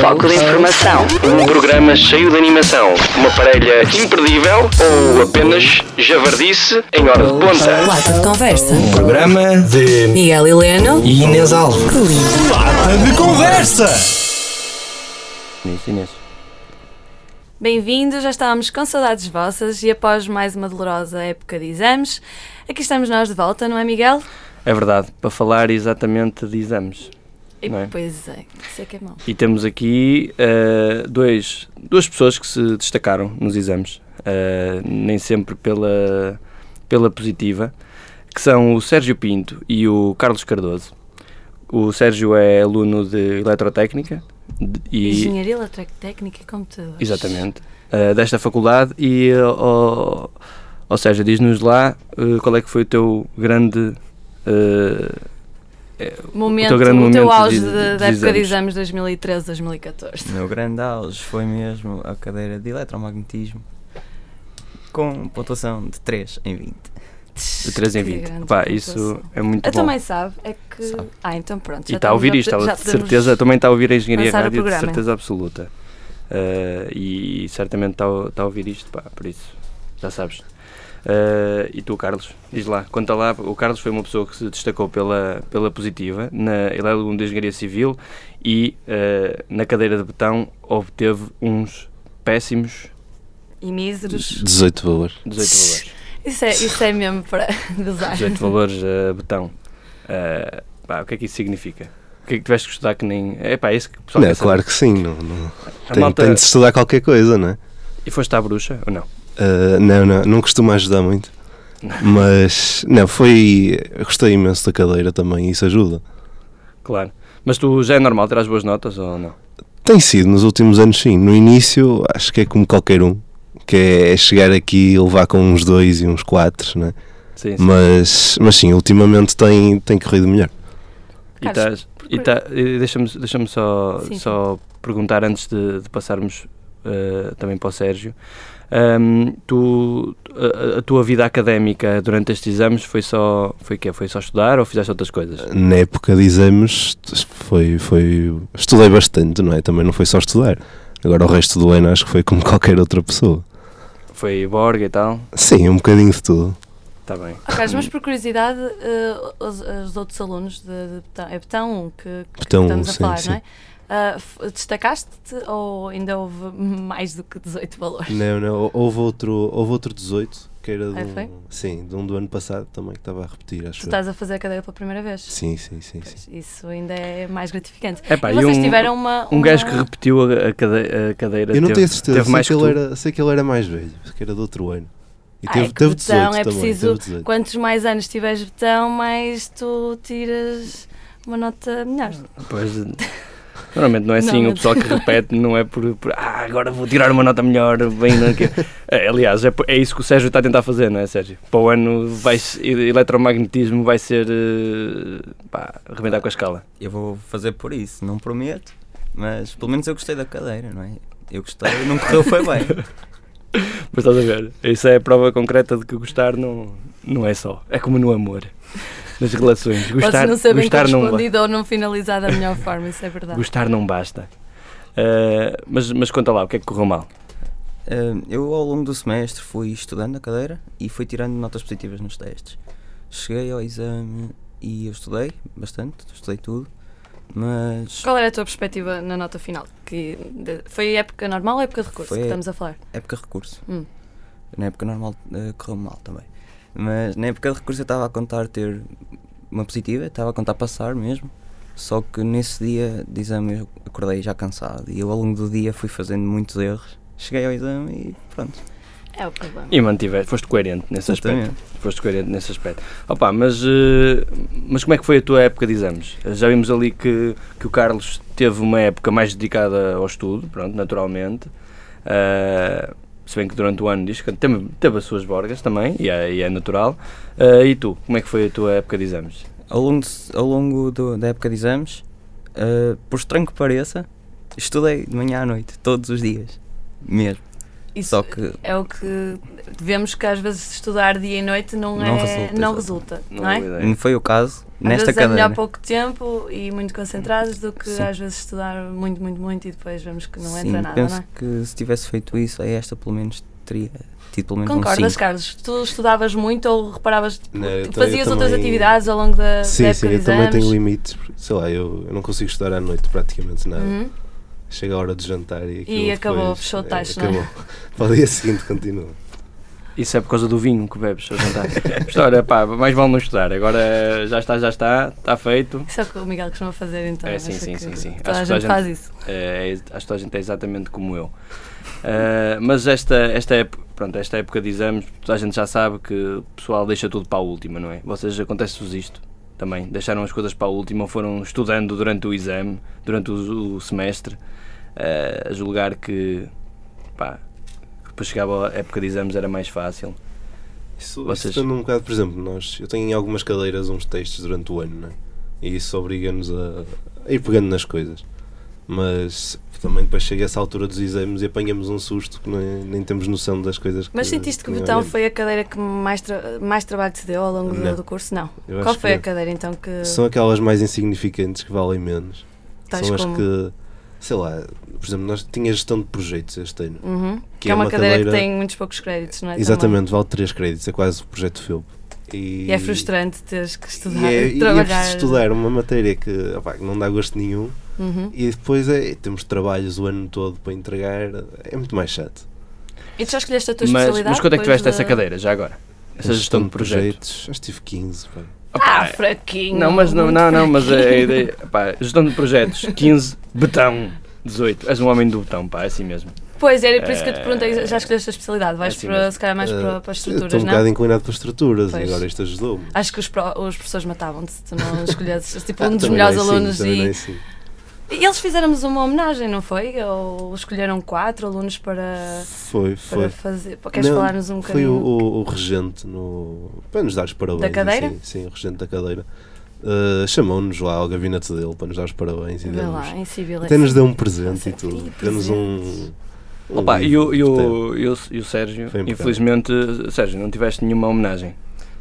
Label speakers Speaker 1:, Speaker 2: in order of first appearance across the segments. Speaker 1: Foco de informação.
Speaker 2: Um programa cheio de animação, uma parelha imperdível ou apenas javardice em hora de ponta.
Speaker 1: Lata de conversa.
Speaker 3: Programa de
Speaker 1: Miguel Heleno.
Speaker 3: Inês Alves. de conversa!
Speaker 4: Bem-vindos, já estávamos com saudades vossas e após mais uma dolorosa época de exames, aqui estamos nós de volta, não é, Miguel?
Speaker 5: É verdade, para falar exatamente de exames.
Speaker 4: E,
Speaker 5: Não é?
Speaker 4: Pois é, isso é que é mau.
Speaker 5: E temos aqui eh, dois, duas pessoas que se destacaram nos exames, eh, nem sempre pela, pela positiva, que são o Sérgio Pinto e o Carlos Cardoso. O Sérgio é aluno de Eletrotécnica de- e,
Speaker 4: Engenharia Eletrotécnica e Computadores.
Speaker 5: Exatamente. Uh, desta faculdade e, uh, ó- ou seja, diz-nos lá uh, qual é que foi o teu grande... uh,
Speaker 4: Momento,
Speaker 5: O teu grande
Speaker 4: o teu
Speaker 5: momento
Speaker 4: auge
Speaker 5: de-
Speaker 4: de-
Speaker 5: de
Speaker 4: da época de
Speaker 5: exames.
Speaker 4: exames 2013-2014.
Speaker 6: O meu grande auge foi mesmo a cadeira de eletromagnetismo com pontuação de 3 em 20.
Speaker 5: De 3 em 20. Pá, isso é muito
Speaker 4: Eu
Speaker 5: bom.
Speaker 4: também sabe, é que.
Speaker 6: Sabe.
Speaker 4: Ah, então pronto.
Speaker 5: E
Speaker 4: já
Speaker 5: está a ouvir
Speaker 4: estamos
Speaker 5: isto, ela
Speaker 4: já
Speaker 5: de
Speaker 4: podemos-
Speaker 5: certeza também está a ouvir a Engenharia
Speaker 4: lançar o
Speaker 5: Rádio, de
Speaker 4: programa.
Speaker 5: certeza absoluta. Uh, e, certamente está, a- está a ouvir isto, pá, por isso, já sabes. Uh, e tu, Carlos, diz lá, conta lá, o Carlos foi uma pessoa que se destacou pela, pela positiva, na, ele é aluno de Engenharia Civil e uh, na cadeira de betão obteve uns péssimos
Speaker 4: E míseros.
Speaker 7: 18 valores.
Speaker 5: 18 valores.
Speaker 4: Isso é, isso é mesmo para gozar.
Speaker 5: 18 valores a betão. Uh, pá, o que é que isso significa? O que é que tiveste que estudar que nem... É pá, é isso que o pessoal
Speaker 7: Não,
Speaker 5: quer saber.
Speaker 7: claro que sim. Não, não.
Speaker 5: A
Speaker 7: Tem,
Speaker 5: malta-
Speaker 7: tem de se estudar qualquer coisa, não é?
Speaker 5: E foste à bruxa ou não?
Speaker 7: Ah, não, não, não costuma ajudar muito. Mas, não, foi. eu Gostei imenso da cadeira também, isso ajuda.
Speaker 5: Claro. Mas tu já é normal terás boas notas ou não?
Speaker 7: Tem sido nos últimos anos, sim. No início, acho que é como qualquer um, que é chegar aqui e levar com uns dois e uns quatro, né?
Speaker 5: Sim,
Speaker 7: Mas, mas sim, ultimamente tem, tem corrido melhor.
Speaker 5: E estás. E tá, e deixa-me deixa só,
Speaker 4: Sim, sim.
Speaker 5: só perguntar antes de, de passarmos eh, também para o Sérgio. Ahm, tu, a, a tua vida académica durante estes exames foi só foi quê? Foi só estudar ou fizeste outras coisas?
Speaker 7: Na época de exames, foi, foi, estudei bastante, não é? Também não foi só estudar. Agora, o resto do ano, acho que foi como qualquer outra pessoa.
Speaker 5: Foi Borga e tal?
Speaker 7: Sim, um bocadinho de tudo.
Speaker 5: Está bem.
Speaker 4: Ah, Carlos, mas por curiosidade, eh, os, os outros alunos de, de Betão, é Betão 1 que, que
Speaker 7: Betão um,
Speaker 4: estamos a
Speaker 7: sim,
Speaker 4: falar,
Speaker 7: sim.
Speaker 4: não é? Ah, f- Destacaste-te ou ainda houve mais do que 18 valores?
Speaker 7: Não, não, houve outro, houve outro 18, que era de
Speaker 4: Ah, foi?
Speaker 7: um, sim, de um do ano passado também, que estava a repetir, acho
Speaker 4: Tu
Speaker 7: eu.
Speaker 4: estás a fazer a cadeira pela primeira vez?
Speaker 7: Sim, sim, sim, sim.
Speaker 4: Pois, Isso ainda é mais gratificante.
Speaker 5: Epá,
Speaker 4: e
Speaker 5: e
Speaker 4: vocês
Speaker 5: um,
Speaker 4: tiveram uma.
Speaker 5: um gajo que
Speaker 4: uma-
Speaker 5: repetiu a, a cade- a cadeira
Speaker 7: Eu não
Speaker 5: teve,
Speaker 7: tenho certeza,
Speaker 5: teve
Speaker 7: sei,
Speaker 5: mais
Speaker 7: que
Speaker 5: que tu.
Speaker 7: ele era, sei que ele era mais velho, que era do outro ano. E
Speaker 4: Ah,
Speaker 7: teve,
Speaker 4: é que
Speaker 7: teve
Speaker 4: betão,
Speaker 7: 18
Speaker 4: é
Speaker 7: também,
Speaker 4: preciso
Speaker 7: teve 18.
Speaker 4: Quantos mais anos tiveres Betão, mais tu tiras uma nota melhor.
Speaker 5: Pois, normalmente não é
Speaker 4: Não,
Speaker 5: assim,
Speaker 4: mas-
Speaker 5: o pessoal que repete não é por, por, ah, agora vou tirar uma nota melhor, bem não que... é, Aliás, é, por- é isso que o Sérgio está a tentar fazer, não é Sérgio? Para o ano vai se- eletromagnetismo vai ser eh, pá, arrebentar com a escala.
Speaker 6: Eu vou fazer por isso, não prometo, mas pelo menos eu gostei da cadeira, não é? Eu gostei, não correu foi bem.
Speaker 5: Mas estás a ver? Isso é a prova concreta de que gostar não, não é só. É como no amor, nas relações. Gostar,
Speaker 4: Podes não ser bem
Speaker 5: gostar não vai.
Speaker 4: correspondido ou não finalizar da melhor forma, isso é verdade.
Speaker 5: Gostar não basta. Eh, mas, mas conta lá, o que é que correu mal?
Speaker 6: Ah, Eu, ao longo do semestre, fui estudando a cadeira e fui tirando notas positivas nos testes. Cheguei ao exame e eu estudei bastante, estudei tudo, mas
Speaker 4: Qual era a tua perspectiva na nota final? Que de- foi época normal ou época de recurso
Speaker 6: Foi-
Speaker 4: que estamos a falar?
Speaker 6: época de recurso.
Speaker 4: Hum.
Speaker 6: Na época normal eh, correu mal também. Mas na época de recurso eu estava a contar ter uma positiva, estava a contar passar mesmo. Só que nesse dia de exame eu acordei já cansado e eu ao longo do dia fui fazendo muitos erros. Cheguei ao exame e pronto.
Speaker 4: É o problema.
Speaker 5: E mantiveste, foste coerente nesse aspecto.
Speaker 6: Exatamente.
Speaker 5: Foste coerente nesse aspecto. Opa, mas, eh, mas como é que foi a tua época de exames? Já vimos ali que, que o Carlos teve uma época mais dedicada ao estudo, pronto, naturalmente. Ah, se bem que durante o ano diz que teve, teve as suas borgas também, e é, e é natural. Ah, e tu, como é que foi a tua época de exames?
Speaker 6: Ao longo, de- ao longo do- da época de exames, eh, por estranho que pareça, estudei de manhã à noite, todos os dias. Mesmo.
Speaker 4: Isso
Speaker 6: Só que
Speaker 4: é o que vemos que às vezes estudar dia e noite não,
Speaker 6: Não
Speaker 4: é,
Speaker 6: resulta,
Speaker 4: não
Speaker 6: exato.
Speaker 4: resulta, não,
Speaker 5: há
Speaker 4: é?
Speaker 5: ideia.
Speaker 6: Não foi o caso, nesta
Speaker 4: às vezes é
Speaker 6: cadeira.
Speaker 4: melhor pouco tempo e muito concentrados do que
Speaker 6: Sim.
Speaker 4: às vezes estudar muito, muito, muito e depois vemos que não
Speaker 6: Sim,
Speaker 4: entra nada,
Speaker 6: penso
Speaker 4: não é?
Speaker 6: que se tivesse feito isso, a esta pelo menos teria tido pelo menos um
Speaker 4: Concordas,
Speaker 6: cinco.
Speaker 4: Carlos? Tu estudavas muito ou reparavas,
Speaker 7: Não, eu ta- eu
Speaker 4: fazias outras
Speaker 7: também-
Speaker 4: atividades ao longo da, da
Speaker 7: Sim,
Speaker 4: época
Speaker 7: sim,
Speaker 4: de
Speaker 7: eu também tenho
Speaker 4: exames?
Speaker 7: limites. porque, Sei lá, eu, eu não consigo estudar à noite praticamente nada.
Speaker 4: Uhum.
Speaker 7: Chega a hora de jantar e aquilo
Speaker 4: acabou,
Speaker 7: depois-
Speaker 4: fechou o
Speaker 7: é,
Speaker 4: tacho, não é?
Speaker 7: Acabou. Para o dia seguinte continua.
Speaker 5: Isso é por causa do vinho que bebes ao jantar. História, pá, mais vale não estudar. Agora já está, já está, está feito.
Speaker 4: Isso é o que o Miguel costuma fazer, então.
Speaker 5: É, sim,
Speaker 4: acho
Speaker 5: sim,
Speaker 4: que
Speaker 5: sim, sim.
Speaker 4: Toda a
Speaker 5: Acho que
Speaker 4: gente faz isso.
Speaker 5: Eh, é- acho que toda a gente é exatamente como eu. Eh, mas esta, esta, época, pronto, esta época de exames, toda a gente já sabe que o pessoal deixa tudo para a última, não é? Vocês acontece-vos isto também. Deixaram as coisas para a última, foram estudando durante o exame, durante o, o semestre, eh, a julgar que pá, depois chegava a época de exames era mais fácil.
Speaker 7: Isso,
Speaker 5: Vocês-
Speaker 7: isso torna um bocado, por exemplo, nós, eu tenho em algumas cadeiras uns textos durante o ano, né? e isso obriga-nos a, a ir pegando nas coisas. Mas também depois chega essa altura dos exames e apanhamos um susto que nem, nem temos noção das coisas que
Speaker 4: Mas sentiste que o
Speaker 7: nem
Speaker 4: botão
Speaker 7: olhamos.
Speaker 4: foi a cadeira que mais, tra- mais trabalho te deu ao longo do-
Speaker 7: Não.
Speaker 4: do curso? Não.
Speaker 7: Eu
Speaker 4: Qual
Speaker 7: acho
Speaker 4: foi a
Speaker 7: que é.
Speaker 4: cadeira então que
Speaker 7: São aquelas mais insignificantes que valem menos.
Speaker 4: tais
Speaker 7: São as
Speaker 4: como?
Speaker 7: que, sei lá, por exemplo, nós tinha gestão de projetos este ano.
Speaker 4: Uhum. Que,
Speaker 7: que
Speaker 4: é
Speaker 7: é
Speaker 4: uma
Speaker 7: uma
Speaker 4: cadeira, que
Speaker 7: cadeira-
Speaker 4: tem muitos poucos créditos, não é?
Speaker 7: Exatamente, vale 3 créditos, é quase o projeto FILP.
Speaker 4: também? E é frustrante teres que estudar
Speaker 7: E é,
Speaker 4: e
Speaker 7: e é
Speaker 4: trabalhar.
Speaker 7: preciso estudar uma matéria que opá, que não dá gosto nenhum
Speaker 4: Uhum.
Speaker 7: e depois é, temos trabalhos o ano todo para entregar, é muito mais chato.
Speaker 4: E tu já escolheste a tua
Speaker 5: mas,
Speaker 4: especialidade?
Speaker 5: mas quanto é que
Speaker 4: depois
Speaker 5: tiveste
Speaker 4: da-
Speaker 5: essa cadeira, já agora? Essa gestão de projeto.
Speaker 7: projetos, acho que tive 15. pá.
Speaker 4: Ah, fraquinho!
Speaker 5: Não, mas não,
Speaker 4: muito
Speaker 5: não, não, mas a, a
Speaker 4: fraquinho.
Speaker 5: ideia. Pá, gestão de projetos, 15, betão, 18. És um homem do betão, pá, é assim mesmo.
Speaker 4: Pois, era por isso que eu te
Speaker 5: É-
Speaker 4: perguntei, já escolheste a especialidade? Vais
Speaker 5: É assim
Speaker 4: para,
Speaker 5: mesmo.
Speaker 4: se calhar mais
Speaker 7: Eh,
Speaker 4: para, para as
Speaker 7: eu
Speaker 4: estruturas,
Speaker 7: Estou um
Speaker 4: não?
Speaker 7: bocado inclinado para estruturas
Speaker 4: Pois.
Speaker 7: e agora isto ajudou-me.
Speaker 4: Acho que os, pro, os professores matavam-te se tu não escolhesses, tipo,
Speaker 7: Ah,
Speaker 4: um dos
Speaker 7: também
Speaker 4: melhores
Speaker 7: não é assim,
Speaker 4: alunos
Speaker 7: também não
Speaker 4: e
Speaker 7: é assim.
Speaker 4: E Eles fizeram-nos uma homenagem, não foi? Ou escolheram quatro alunos para,
Speaker 7: Foi, foi.
Speaker 4: para fazer. Queres
Speaker 7: Não,
Speaker 4: falar-nos um
Speaker 7: Foi
Speaker 4: bocadinho?
Speaker 7: o, o- o regente no, para nos dar os parabéns.
Speaker 4: Da cadeira?
Speaker 7: assim, sim, o regente da cadeira. Eh, Chamou-nos lá ao gabinete dele para nos dar os parabéns e
Speaker 4: Vê
Speaker 7: demos,
Speaker 4: lá, é assim, em Sibilis.
Speaker 7: até nos deu um
Speaker 4: Nossa,
Speaker 7: presente e tudo.
Speaker 4: que
Speaker 7: Deu-nos um.
Speaker 4: presente.
Speaker 7: um
Speaker 5: Opa, e
Speaker 7: livro
Speaker 5: o, e
Speaker 7: que tem.
Speaker 5: o, e o, e o Sérgio,
Speaker 7: Foi impecável.
Speaker 5: infelizmente, Sérgio, não tiveste nenhuma homenagem.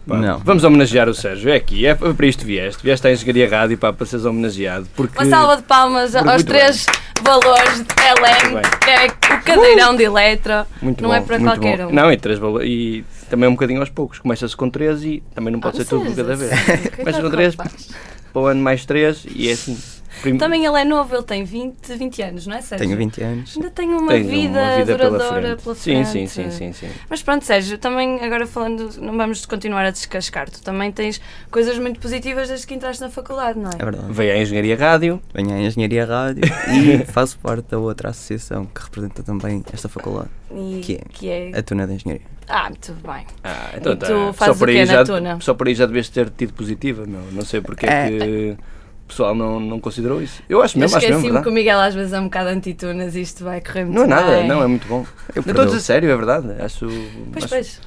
Speaker 5: Pá,
Speaker 6: Não.
Speaker 5: Vamos homenagear o Sérgio, é aqui, é para isto vieste. Vieste à Engenharia Rádio pá, para seres homenageado. Porque
Speaker 4: Uma salva de palmas
Speaker 5: Muito
Speaker 4: aos
Speaker 5: bem.
Speaker 4: três valores de
Speaker 5: Muito
Speaker 4: LM,
Speaker 5: bem.
Speaker 4: que é o cadeirão de Eletra.
Speaker 5: muito
Speaker 4: não
Speaker 5: bom,
Speaker 4: é para
Speaker 5: muito
Speaker 4: qualquer
Speaker 5: bom.
Speaker 4: um.
Speaker 5: Não, e, três, valo- e também um bocadinho aos poucos. Começa-se com 13 e também não pode
Speaker 4: Ah,
Speaker 5: ser tudo de
Speaker 4: vocês,
Speaker 5: cada vez.
Speaker 4: assim, que
Speaker 5: Mas
Speaker 4: tal,
Speaker 5: com três-
Speaker 4: rapaz?
Speaker 5: Para o ano mais 3 e é assim. Prim-
Speaker 4: Também ele é novo, ele tem 20, 20 anos, não é, Sérgio?
Speaker 6: Tenho 20 anos.
Speaker 4: Ainda tem uma,
Speaker 5: Tens
Speaker 4: vida, duradoura pela frente.
Speaker 5: Sim, sim, sim, sim, sim.
Speaker 4: Mas pronto, Sérgio, também agora falando, não vamos continuar a descascar. Tu também tens coisas muito positivas desde que entraste na faculdade, não é?
Speaker 6: É verdade.
Speaker 5: Veio à Engenharia Rádio,
Speaker 6: Venho à Engenharia Rádio e faço parte da outra associação que representa também esta faculdade,
Speaker 4: E
Speaker 6: Que é?
Speaker 4: que é-
Speaker 6: a Tuna da Engenharia.
Speaker 4: Ah, muito bem.
Speaker 5: Ah, então
Speaker 4: E
Speaker 5: tá.
Speaker 4: tu fazes o quê na
Speaker 5: já,
Speaker 4: tuna?
Speaker 5: Só por aí já devias ter tido positiva, meu. Não sei porque é,
Speaker 6: É.
Speaker 5: que o pessoal não, não considerou isso. Eu acho
Speaker 4: Eu
Speaker 5: mesmo, acho mesmo,
Speaker 4: esqueci-me que o
Speaker 5: verdade.
Speaker 4: Miguel às vezes é um bocado antitunas e isto vai correr muito
Speaker 5: Não é nada,
Speaker 4: bem.
Speaker 5: não, é muito bom. Eu não estou a
Speaker 6: perdoo.
Speaker 5: dizer sério, é verdade. Acho,
Speaker 4: Pois,
Speaker 5: acho,
Speaker 4: pois.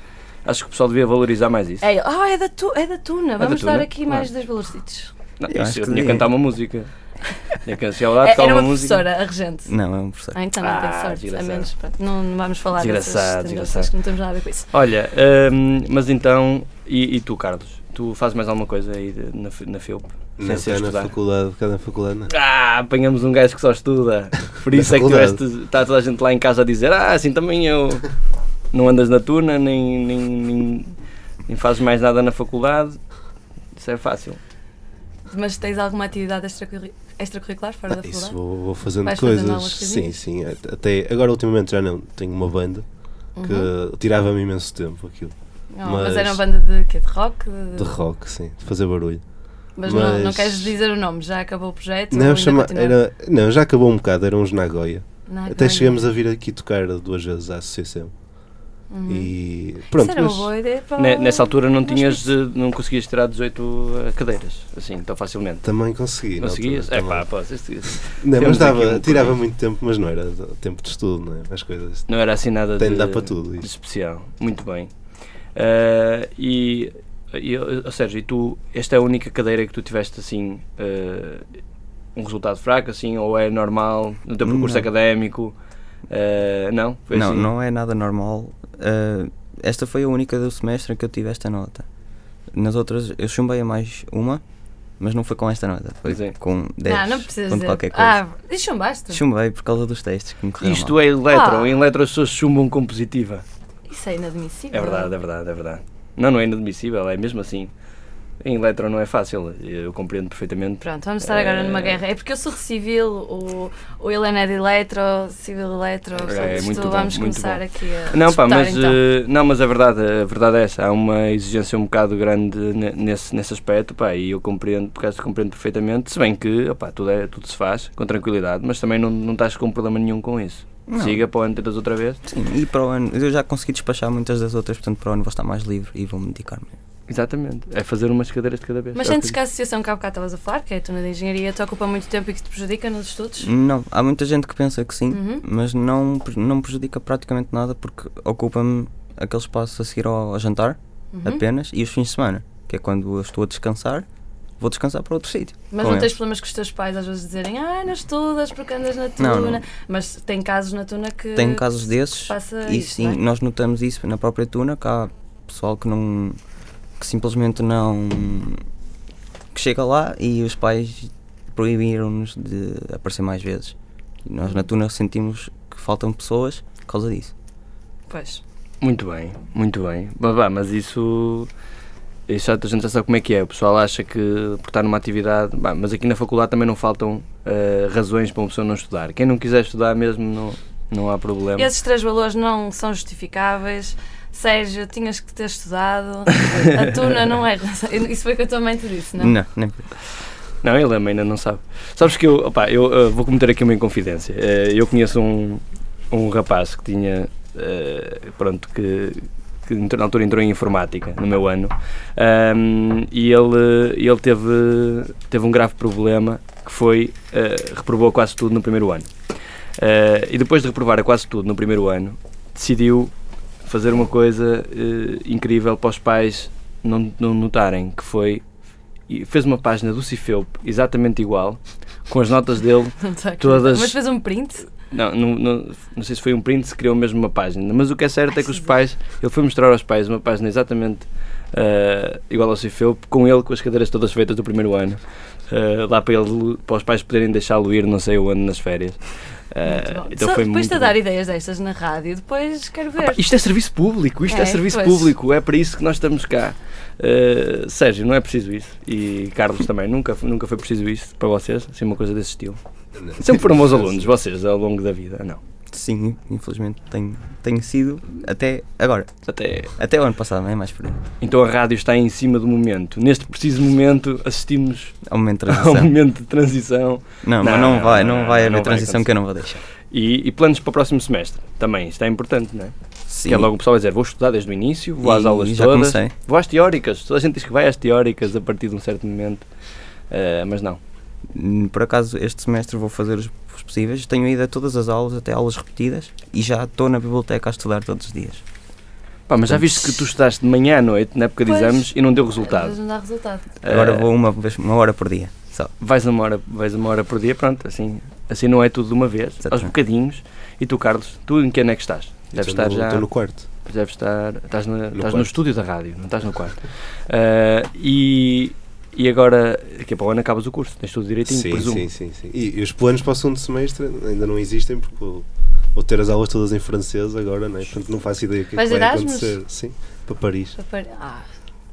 Speaker 5: acho que o pessoal devia valorizar mais isso.
Speaker 4: É ele. Ah, é da, tu, é da Tuna.
Speaker 5: da
Speaker 4: Vamos dar
Speaker 5: Tuna,
Speaker 4: aqui
Speaker 5: claro.
Speaker 4: mais dois valorcitos.
Speaker 5: Não,
Speaker 6: Eu
Speaker 5: isso,
Speaker 6: acho
Speaker 5: eu
Speaker 6: que
Speaker 5: tinha que
Speaker 6: sim.
Speaker 5: cantar uma música. Tinha que chegar lá,
Speaker 4: É,
Speaker 5: tocar
Speaker 4: era uma
Speaker 5: música.
Speaker 4: professora, a regente.
Speaker 6: Não, é um professor.
Speaker 4: Ah, então não tem
Speaker 5: Ah,
Speaker 4: sorte.
Speaker 5: desgraçado.
Speaker 4: A menos, pronto, não, não vamos falar
Speaker 5: Desgraçado,
Speaker 4: dessas
Speaker 5: desgraçado.
Speaker 4: tendências que não temos nada a ver com isso.
Speaker 5: Olha, hum, mas então, e, e tu, Carlos? Tu fazes mais alguma coisa aí de- na, fi- na FIUP?
Speaker 7: Não,
Speaker 5: Sem ser
Speaker 7: cá é, na
Speaker 5: é estudar?
Speaker 7: faculdade, cá na faculdade. não. é?
Speaker 5: Ah, apanhamos um gajo que só estuda. Por isso é que
Speaker 7: faculdade.
Speaker 5: tiveste, está toda a gente lá em casa a dizer: Ah, assim também eu. Não andas na tuna, nem, nem, nem, nem fazes mais nada na faculdade. Isso é fácil.
Speaker 4: Mas tens alguma atividade extracurri- extracurricular fora da
Speaker 7: Ah, Isso
Speaker 4: faculdade?
Speaker 7: vou, vou fazendo
Speaker 4: Vais fazendo
Speaker 7: coisas.
Speaker 4: algumas
Speaker 7: sim,
Speaker 4: coisinhas?
Speaker 7: sim. at- Até agora ultimamente já não tenho uma banda que tirava-me imenso tempo aquilo.
Speaker 4: Não, Uhum. Oh, mas...
Speaker 7: mas-
Speaker 4: era uma banda de quê? De rock? De-
Speaker 7: De rock, sim, de fazer barulho.
Speaker 4: Mas, Não, não
Speaker 7: mas-
Speaker 4: queres dizer o nome, já acabou o projeto? ou
Speaker 7: Não,
Speaker 4: Então ainda
Speaker 7: chama,
Speaker 4: continua?
Speaker 7: era, não, já acabou um bocado, eram uns Nagoya.
Speaker 4: Não,
Speaker 7: Até
Speaker 4: não. é
Speaker 7: chegamos a vir aqui tocar duas vezes à associação. E pronto,
Speaker 4: Uhum. Isso era uma
Speaker 7: mas
Speaker 4: boa ideia para...
Speaker 5: Ne- Nessa altura não,
Speaker 4: Mas
Speaker 5: tinhas, de- não conseguias tirar 18 cadeiras, assim, tão facilmente.
Speaker 7: também consegui. na
Speaker 5: Conseguias?
Speaker 7: altura,
Speaker 5: É pá,
Speaker 7: também.
Speaker 5: pô, isso- isso-
Speaker 7: Não,
Speaker 5: temos
Speaker 7: mas
Speaker 5: aqui um
Speaker 7: dava, tirava
Speaker 5: bocadinho.
Speaker 7: muito tempo, mas não era do- tempo de estudo, não é? As coisas.
Speaker 5: não era assim nada
Speaker 7: Tem
Speaker 5: de,
Speaker 7: de dar para tudo
Speaker 5: de
Speaker 7: isso.
Speaker 5: especial. Muito bem. Ah, e, e, ó, Sérgio, e tu, esta é a única cadeira que tu tiveste assim ah, um resultado fraco, assim, ou é normal no teu percurso
Speaker 6: Não.
Speaker 5: académico? Ah, não? Foi
Speaker 6: não,
Speaker 5: assim?
Speaker 6: não é nada normal. Ah, esta foi a única do semestre em que eu tive esta nota. Nas outras, eu chumbei a mais uma, Mas não foi com esta nota, foi
Speaker 5: Pois é.
Speaker 6: com 10.
Speaker 4: Ah, não, não precisas
Speaker 6: com
Speaker 4: dizer.
Speaker 6: qualquer coisa.
Speaker 4: Ah, e chumbaste?
Speaker 6: Chumbei por causa dos textos que me correram
Speaker 5: Isto é eletro,
Speaker 4: Ah.
Speaker 5: em eletro as pessoas chumbam com positiva.
Speaker 4: Isso é inadmissível.
Speaker 5: É verdade, é verdade, é verdade. Não, não é inadmissível, é mesmo assim. Em eletro não é fácil, eu compreendo perfeitamente.
Speaker 4: Pronto, vamos estar agora
Speaker 5: É.
Speaker 4: numa guerra. É porque eu sou de civil, o, o Helena é de eletro, civil eletro, portanto, isto
Speaker 5: muito bom,
Speaker 4: vamos
Speaker 5: muito
Speaker 4: começar
Speaker 5: bom.
Speaker 4: aqui a
Speaker 5: Não, pá,
Speaker 4: disputar,
Speaker 5: mas,
Speaker 4: então.
Speaker 5: eh, não, mas a, verdade, a verdade é essa. Há uma exigência um bocado grande ne- nesse, nesse aspecto, pá, e eu compreendo, por acaso compreendo perfeitamente. Se bem que, opá, tudo, é, tudo se faz com tranquilidade, mas também não, não estás com problema nenhum com isso.
Speaker 6: Não.
Speaker 5: Siga para o ano tentas outra vez.
Speaker 6: Sim, e para o ano, eu já consegui despachar muitas das outras, portanto para o ano vou estar mais livre e vou-me dedicar mesmo.
Speaker 5: Exatamente. É fazer umas cadeiras de cada vez.
Speaker 4: Mas
Speaker 5: É o
Speaker 4: sentes
Speaker 5: eu
Speaker 4: que a associação que há bocado estavas a falar, que é a turma de engenharia, te ocupa muito tempo e que te prejudica nos
Speaker 5: Hum.
Speaker 4: estudos?
Speaker 6: Não, há muita gente que pensa que sim,
Speaker 4: Uhum.
Speaker 6: mas não, pre- não prejudica praticamente nada porque ocupa-me aquele espaço a seguir ao, ao jantar
Speaker 4: uhum.
Speaker 5: É
Speaker 6: apenas e os fins de semana, que é quando eu estou a descansar, vou descansar para outro sítio.
Speaker 4: Mas não
Speaker 6: com
Speaker 4: tens
Speaker 6: eles.
Speaker 4: problemas com os teus pais às vezes dizerem ah, não estudas porque andas na tuna.
Speaker 6: Não, não.
Speaker 4: Mas tem casos na tuna que.
Speaker 6: Tenho casos desses
Speaker 4: passa
Speaker 6: e
Speaker 4: isso,
Speaker 6: sim,
Speaker 4: não é?
Speaker 6: nós notamos isso na própria Tuna, que há pessoal que não que simplesmente não que chega lá e os pais proibiram-nos de aparecer mais vezes. E nós na Tuna sentimos que faltam pessoas por causa disso.
Speaker 4: Pois.
Speaker 5: Muito bem, muito bem. Babá, mas isso. Isso já- a gente já sabe como é que é. O pessoal acha que por estar numa atividade. Bah, mas aqui na faculdade também não faltam eh, razões para uma pessoa não estudar. Quem não quiser estudar mesmo, não, não há problema.
Speaker 4: Esses três valores não são justificáveis. Sérgio, tinhas que ter estudado. A tuna não é. razão. Isso né? foi o que a tua mãe te disse, não?
Speaker 6: nem-
Speaker 5: Não, ele ainda não sabe. Sabes que eu. opá, eu eh, vou cometer aqui uma inconfidência. Eh, eu conheço um, um rapaz que tinha. eh, pronto, que. Que entrou- na altura entrou em informática, no meu ano, Ahm, e ele, ele teve, teve um grave problema que foi eh, reprovou quase tudo no primeiro ano. Eh, e depois de reprovar quase tudo no primeiro ano, decidiu fazer uma coisa eh, incrível para os pais não, não notarem, que foi e fez uma página do Cifeup exatamente igual, com as notas dele.
Speaker 4: Não estou a acreditar.
Speaker 5: Todas-
Speaker 4: Mas fez um print?
Speaker 5: Não, não, não, não sei se foi um print, se criou mesmo uma página. Mas o que é certo é que os pais, ele foi mostrar aos pais uma página exatamente eh, igual ao Cifeup, com ele com as cadeiras todas feitas do primeiro ano, eh, lá para, ele, para os pais poderem deixá-lo ir, não sei onde, nas férias. Eh,
Speaker 4: Muito bom.
Speaker 5: então
Speaker 4: Só
Speaker 5: foi
Speaker 4: depois
Speaker 5: muito
Speaker 4: de a
Speaker 5: bom.
Speaker 4: dar ideias destas na rádio, depois quero ver.
Speaker 5: Pá, Isto é serviço público, isto é,
Speaker 4: É,
Speaker 5: serviço
Speaker 4: pois.
Speaker 5: público, é para isso que nós estamos cá. Eh, Sérgio, não é preciso isso. E Carlos também, nunca, nunca foi preciso isso para vocês, assim, uma coisa desse estilo. Sempre foram bons alunos, vocês, ao longo da vida, não.
Speaker 6: Sim, infelizmente tenho, tenho sido até agora.
Speaker 5: Até.
Speaker 6: Até o ano passado, não é mais por aí.
Speaker 5: Então a rádio está em cima do momento. Neste preciso momento, assistimos
Speaker 6: Há uma
Speaker 5: ao
Speaker 6: transição.
Speaker 5: momento de transição
Speaker 6: Não,
Speaker 5: Não,
Speaker 6: mas não vai, não,
Speaker 5: não,
Speaker 6: vai
Speaker 5: não
Speaker 6: haver
Speaker 5: vai
Speaker 6: transição
Speaker 5: acontecer.
Speaker 6: que eu não vou deixar.
Speaker 5: e, e planos para o próximo semestre também. Isto é importante, não é?
Speaker 6: Sim.
Speaker 5: Que é logo o pessoal vai dizer: vou estudar desde o início, vou às
Speaker 6: E
Speaker 5: aulas
Speaker 6: já
Speaker 5: todas,
Speaker 6: comecei.
Speaker 5: vou às teóricas. Toda a gente diz que vai às teóricas a partir de um certo momento, eh, mas não.
Speaker 6: Hum, Por acaso, este semestre vou fazer os, os possíveis. Tenho ido a todas as aulas, até aulas repetidas, e já estou na biblioteca a estudar todos os dias.
Speaker 5: Pá, mas já viste que tu estudaste de manhã à noite, na época de
Speaker 4: Pois.
Speaker 5: exames, e não deu
Speaker 4: Às vezes
Speaker 5: resultado.
Speaker 4: não dá resultado.
Speaker 6: Agora
Speaker 5: Eh,
Speaker 6: vou uma, vez, uma hora por dia. Só.
Speaker 5: Vais uma hora, vais uma hora por dia, pronto, assim, assim não é tudo de uma vez, aos
Speaker 6: Exatamente.
Speaker 5: bocadinhos. E tu, Carlos, tu em que ano é que estás? Deves estar já.
Speaker 7: Então, Estou no quarto.
Speaker 5: Deves estar. Estás, na- estás no
Speaker 7: quarto.
Speaker 5: estúdio da rádio, não estás no quarto. Eh, e, e agora, daqui a pouco ano acabas o curso, tens tudo direitinho,
Speaker 7: Sim,
Speaker 5: presumo.
Speaker 7: sim, sim, sim. E, e os planos para o segundo semestre ainda não existem porque vou, vou ter as aulas todas em francês agora, né? portanto não faço ideia o que, é
Speaker 4: Vais
Speaker 7: que vai
Speaker 4: Erasmus?
Speaker 7: acontecer. Sim, para Paris.
Speaker 4: Para par- Ah,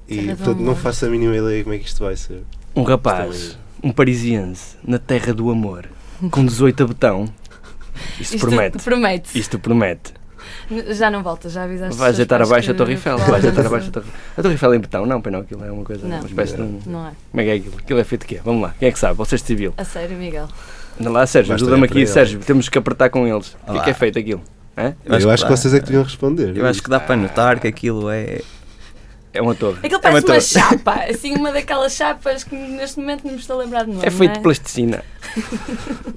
Speaker 7: E
Speaker 4: Terra do
Speaker 7: portanto não
Speaker 4: amor.
Speaker 7: faço a mínima ideia como é que isto vai ser.
Speaker 5: Um rapaz,
Speaker 7: é
Speaker 5: um parisiense, na terra do amor, com 18 a betão, isso
Speaker 4: isto
Speaker 5: promete.
Speaker 4: promete.
Speaker 5: Isto promete.
Speaker 4: N- Já não volta, já
Speaker 5: Vais
Speaker 4: avisaste. os teus
Speaker 5: deitar
Speaker 4: pais
Speaker 5: abaixo
Speaker 4: que
Speaker 5: a Torre Eiffel.
Speaker 4: falam
Speaker 5: Vais deitar
Speaker 4: disso.
Speaker 5: abaixo a Torre A Torre Eiffel é em betão? Não, pena, aquilo é uma coisa.
Speaker 4: Não.
Speaker 5: uma espécie de um-
Speaker 4: Não é?
Speaker 5: Como é que é aquilo? Aquilo é feito de quê? Vamos lá, quem é que sabe? Vocês de civil.
Speaker 4: A sério, Miguel.
Speaker 5: Anda lá, Sérgio,
Speaker 7: Vais
Speaker 5: ajuda-me
Speaker 7: olhar para
Speaker 5: aqui,
Speaker 7: ele.
Speaker 5: Sérgio. Temos que apertar com eles. O que é que é
Speaker 6: Olá.
Speaker 5: feito aquilo?
Speaker 7: Eu, acho que,
Speaker 6: dá-
Speaker 7: vocês é que deviam responder.
Speaker 6: Eu acho que dá para notar que aquilo é.
Speaker 5: É uma torre.
Speaker 4: Aquilo parece uma
Speaker 6: torre.
Speaker 4: chapa, assim, uma daquelas chapas que neste momento não me estou a lembrar de nome.
Speaker 5: É feito de
Speaker 4: não
Speaker 5: plasticina.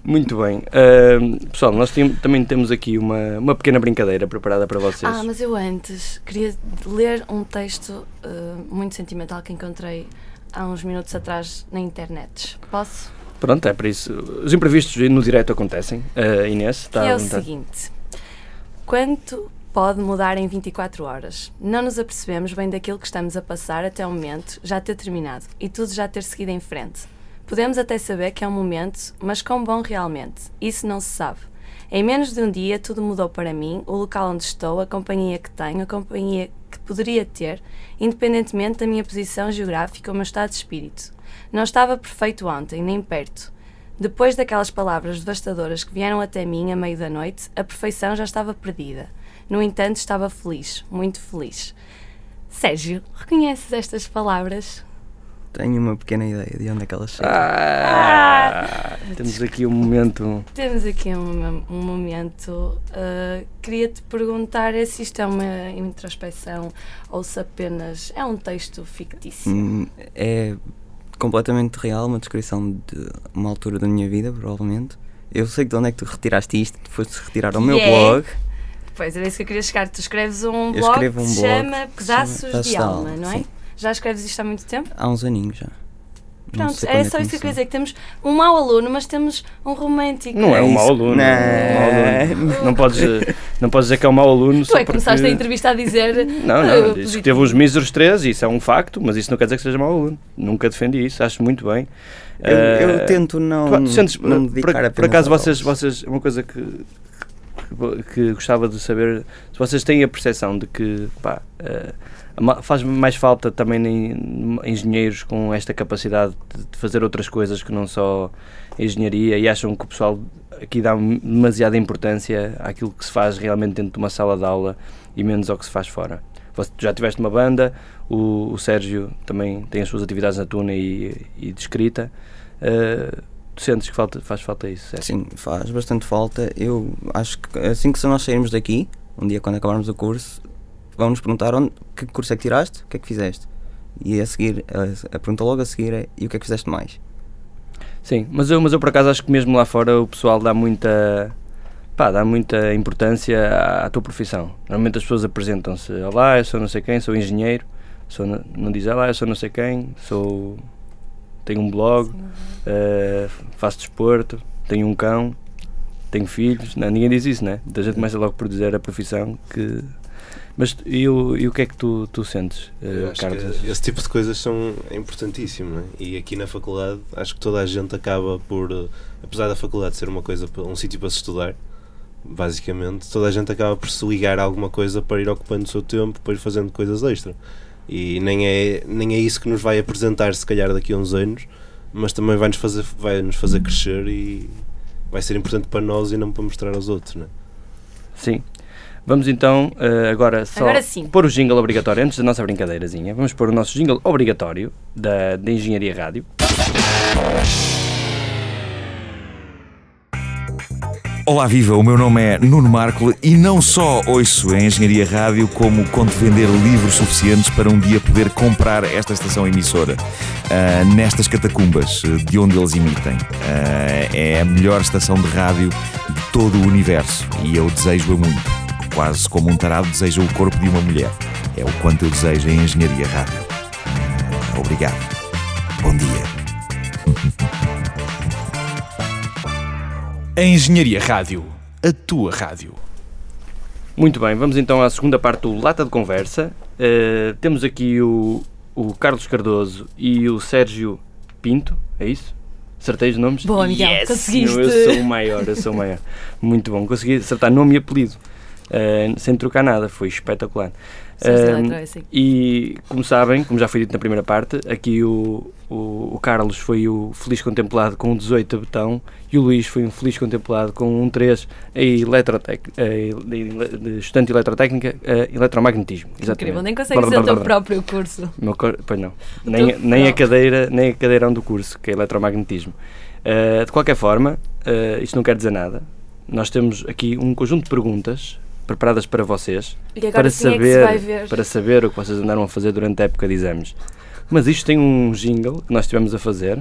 Speaker 5: Muito bem. Ahm, pessoal, nós tem- também temos aqui uma, uma pequena brincadeira preparada para vocês.
Speaker 4: Ah, mas eu antes queria ler um texto eh, muito sentimental que encontrei há uns minutos atrás na internet. Posso?
Speaker 5: Pronto, é para isso. Os imprevistos no direto acontecem. Ah, Inês, está
Speaker 4: que é
Speaker 5: à
Speaker 4: o
Speaker 5: vontade.
Speaker 4: seguinte: Quanto pode mudar em 24 horas. Não nos apercebemos bem daquilo que estamos a passar até o momento já ter terminado e tudo já ter seguido em frente. Podemos até saber que é um momento, mas quão bom realmente? Isso não se sabe. Em menos de um dia, tudo mudou para mim, o local onde estou, a companhia que tenho, a companhia que poderia ter, independentemente da minha posição geográfica ou meu estado de espírito. Não estava perfeito ontem, nem perto. Depois daquelas palavras devastadoras que vieram até mim a meio da noite, a perfeição já estava perdida. No entanto, estava feliz, muito feliz. Sérgio, reconheces estas palavras?
Speaker 6: Tenho uma pequena ideia de onde é que ela chega.
Speaker 5: Ah, temos aqui um momento.
Speaker 4: Temos aqui um, um momento. Uh, Queria-te perguntar é se isto é uma introspeção ou se apenas é um texto fictício.
Speaker 6: Hum, É completamente real, uma descrição de uma altura da minha vida, provavelmente. Eu sei de onde é que tu retiraste isto, tu foste retirar ao meu
Speaker 4: Que é
Speaker 6: blog.
Speaker 4: Pois era isso que eu queria chegar. Tu escreves um
Speaker 6: Eu
Speaker 4: blog
Speaker 6: escrevo
Speaker 4: que
Speaker 6: um
Speaker 4: se
Speaker 6: blog
Speaker 4: chama
Speaker 6: que se
Speaker 4: Pedaços
Speaker 6: chama Pedaços
Speaker 4: de
Speaker 6: de
Speaker 4: Alma,
Speaker 6: Alma,
Speaker 4: não é?
Speaker 6: sim.
Speaker 4: Já escreves isto há muito tempo?
Speaker 6: Há uns aninhos já. Não
Speaker 4: Pronto,
Speaker 6: sei
Speaker 4: era
Speaker 5: é
Speaker 6: quando é
Speaker 4: só isso que eu queria dizer.
Speaker 6: começou.
Speaker 4: Que temos um mau aluno, mas temos um romântico.
Speaker 5: Não é um
Speaker 6: isso.
Speaker 5: mau aluno. Não. é um mau aluno. Não, podes, eh, não podes dizer que é um mau aluno.
Speaker 4: Tu
Speaker 5: só
Speaker 4: é que começaste a
Speaker 5: porque-
Speaker 4: entrevista a dizer.
Speaker 5: Não,
Speaker 4: eh,
Speaker 5: não, disse que teve uns míseros 3, isso é um facto, mas isso não quer dizer que seja mau aluno. Nunca defendi isso, acho muito bem.
Speaker 6: Eu, eu
Speaker 5: Eh,
Speaker 6: tento não,
Speaker 5: tu sentes-
Speaker 6: não me
Speaker 5: por-
Speaker 6: dedicar
Speaker 5: por,
Speaker 6: apenas
Speaker 5: acaso,
Speaker 6: ao
Speaker 5: vocês,
Speaker 6: boxe.
Speaker 5: vocês, uma coisa que, que- que gostava de saber, se vocês têm a percepção de que pá, eh, a ma- faz mais falta também em- engenheiros com esta capacidade de, de fazer outras coisas que não só engenharia e acham que o pessoal aqui dá demasiada importância àquilo que se faz realmente dentro de uma sala de aula e menos ao que se faz fora. Você- Tu já tiveste uma banda, o, o Sérgio também tem as suas atividades na tuna e, e de escrita. Eh, tu sentes que falta, faz falta isso, Sérgio?
Speaker 6: Sim, Assim, faz bastante falta. Eu acho que assim que nós sairmos daqui, um dia quando acabarmos o curso, vão nos perguntar onde, que curso é que tiraste, o que é que fizeste. E a seguir, a, a pergunta logo a seguir é e o que é que fizeste mais?
Speaker 5: Sim, mas eu, mas eu por acaso acho que mesmo lá fora o pessoal dá muita pá, dá muita importância à, à tua profissão. Normalmente as pessoas apresentam-se, olá, eu sou não sei quem, sou engenheiro, sou n- não diz olá, eu sou não sei quem, sou tenho um blog, eh, faço desporto, tenho um cão, tenho filhos, não, ninguém diz isso, né? Então a gente começa logo por dizer a profissão que mas tu- e o, e o que é que tu, tu sentes, eh,
Speaker 7: Eu acho
Speaker 5: Carlos?
Speaker 7: que esse tipo de coisas são é importantíssimo, não é? E aqui na faculdade, acho que toda a gente acaba por, eh, apesar da faculdade ser uma coisa, pa- um sítio para se estudar, basicamente, toda a gente acaba por se ligar a alguma coisa para ir ocupando o seu tempo, para ir fazendo coisas extra. E nem é, nem é isso que nos vai apresentar, se calhar, daqui a uns anos, mas também vai nos fazer, vai -nos fazer crescer e vai ser importante para nós e não para mostrar aos outros, não é?
Speaker 5: Sim. Vamos então eh, agora só
Speaker 4: Agora sim.
Speaker 5: pôr o jingle obrigatório antes da nossa brincadeirazinha. Vamos pôr o nosso jingle obrigatório da, da Engenharia Rádio.
Speaker 8: Olá viva, o meu nome é Nuno Marco e não só ouço a Engenharia Rádio como conto vender livros suficientes para um dia poder comprar esta estação emissora ah, nestas catacumbas eh, de onde eles emitem. Ah, é a melhor estação de rádio de todo o universo e eu desejo-a muito. Quase como um tarado deseja o corpo de uma mulher. É o quanto eu desejo a Engenharia Rádio. Ah, Obrigado. Bom dia.
Speaker 9: A Engenharia Rádio, a tua rádio.
Speaker 5: Muito bem, vamos então à segunda parte do Lata de Conversa. Eh, temos aqui o, o Carlos Cardoso e o Sérgio Pinto, é isso? Acertei os nomes?
Speaker 4: Boa, Miguel, conseguiste.
Speaker 5: Não, eu sou o maior, eu sou o maior. Muito bom, consegui acertar nome e apelido, eh, sem trocar nada, foi espetacular.
Speaker 4: Somos
Speaker 5: Eh,
Speaker 4: eletro, é assim.
Speaker 5: E como sabem, como já foi dito na primeira parte, aqui o, o, o Carlos foi o feliz contemplado com um 18 a betão e o Luís foi um feliz contemplado com um 3 em eletrotec, eh, de- de- de estudante de eletrotécnica, eh, eletromagnetismo.
Speaker 4: Incrível,
Speaker 5: Exatamente.
Speaker 4: nem consegues
Speaker 5: Brr,
Speaker 4: ser o
Speaker 5: brr,
Speaker 4: teu
Speaker 5: brr.
Speaker 4: próprio curso.
Speaker 5: Meu cor- Pois não.
Speaker 4: O
Speaker 5: Nem,
Speaker 4: teu
Speaker 5: nem, a
Speaker 4: próprio.
Speaker 5: cadeira, nem a cadeirão do curso, que é eletromagnetismo. Eh, de qualquer forma, eh, isto não quer dizer nada. Nós temos aqui um conjunto de perguntas preparadas para vocês
Speaker 4: E agora
Speaker 5: para
Speaker 4: sim é que
Speaker 5: saber,
Speaker 4: se vai ver.
Speaker 5: para saber o que vocês andaram a fazer durante a época de exames. Mas isto tem um jingle que nós tivemos a fazer,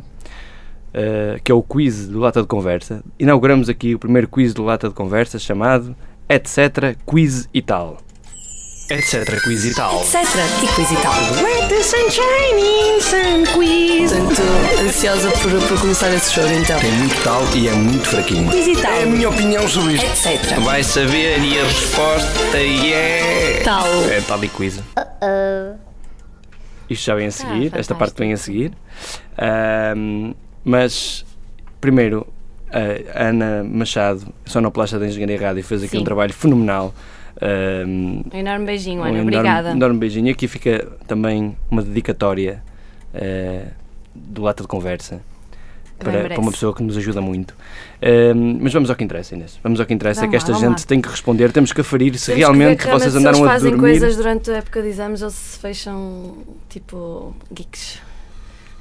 Speaker 5: eh, que é o quiz do Lata de Conversa. Inauguramos aqui o primeiro quiz do Lata de Conversa chamado Etc. Quiz e tal.
Speaker 2: etc. Quiz e tal.
Speaker 1: etc. E coisa e tal.
Speaker 4: Let the sunshine in, sun quiz.
Speaker 1: Portanto, ansiosa por, por começar esse jogo, então.
Speaker 3: É muito tal e é muito fraquinho.
Speaker 1: Coisa e tal.
Speaker 3: É a minha opinião sobre isto.
Speaker 1: Etc.
Speaker 2: Vai saber e a resposta é.
Speaker 1: Tal.
Speaker 5: É tal e quiz. Isto já vem a seguir, esta
Speaker 4: Ah, fantástico.
Speaker 5: parte vem a seguir. Ahm, mas, primeiro, a Ana Machado, sonoplasta da Engenharia Rádio, fez aqui
Speaker 4: Sim.
Speaker 5: um trabalho fenomenal. Ahm,
Speaker 4: Um enorme beijinho, Ana.
Speaker 5: um
Speaker 4: Obrigada.
Speaker 5: Enorme, enorme beijinho. E Aqui fica também uma dedicatória eh, do Lata de Conversa
Speaker 4: Que bem
Speaker 5: para, para
Speaker 4: merece.
Speaker 5: uma pessoa que nos ajuda muito. Ehm, mas vamos ao que interessa, Inês. Vamos ao que interessa,
Speaker 4: Vamos
Speaker 5: que
Speaker 4: lá,
Speaker 5: esta
Speaker 4: vamos
Speaker 5: gente
Speaker 4: lá.
Speaker 5: tem que responder. Temos que aferir se
Speaker 4: Temos que
Speaker 5: realmente
Speaker 4: ver que
Speaker 5: vocês
Speaker 4: realmente se
Speaker 5: andaram
Speaker 4: eles
Speaker 5: a
Speaker 4: fazem
Speaker 5: dormir.
Speaker 4: coisas durante a época de exames ou se fecham tipo geeks.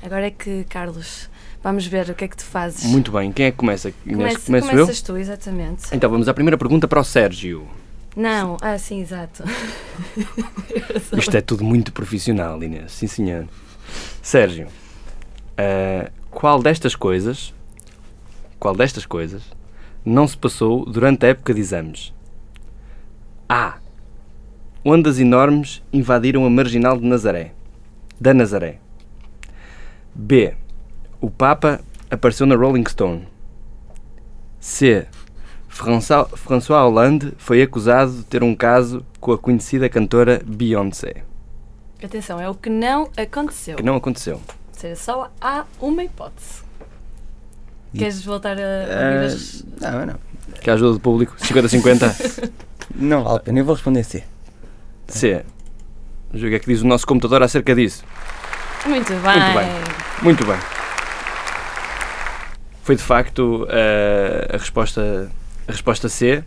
Speaker 4: Agora é que, Carlos, vamos ver o que é que tu fazes.
Speaker 5: Muito bem, quem é que começa? Inês,
Speaker 4: Comece-
Speaker 5: começo eu?
Speaker 4: começas tu, exatamente.
Speaker 5: Então vamos à primeira pergunta para o Sérgio.
Speaker 4: Não, ah, sim, exato.
Speaker 5: Isto é tudo muito profissional, Inês. Sim, senhor. Sérgio, ah, qual destas coisas, qual destas coisas não se passou durante a época de exames? A. Ondas enormes invadiram a marginal de Nazaré, da Nazaré. B. O Papa apareceu na Rolling Stone. C. François François Hollande foi acusado de ter um caso com a conhecida cantora Beyoncé,
Speaker 4: Atenção, é o que não aconteceu.
Speaker 5: que não aconteceu.
Speaker 4: Ou seja, só há uma hipótese. Queres voltar a
Speaker 5: Eh,
Speaker 4: ouvir as...
Speaker 6: não, não.
Speaker 5: Que a ajuda do público, 50-50.
Speaker 6: Não vale a pena. Eu vou responder C.
Speaker 5: C. O que é que diz o nosso computador acerca disso?
Speaker 4: Muito bem.
Speaker 5: bem. Muito bem. Foi de facto eh, a, resposta, a resposta C,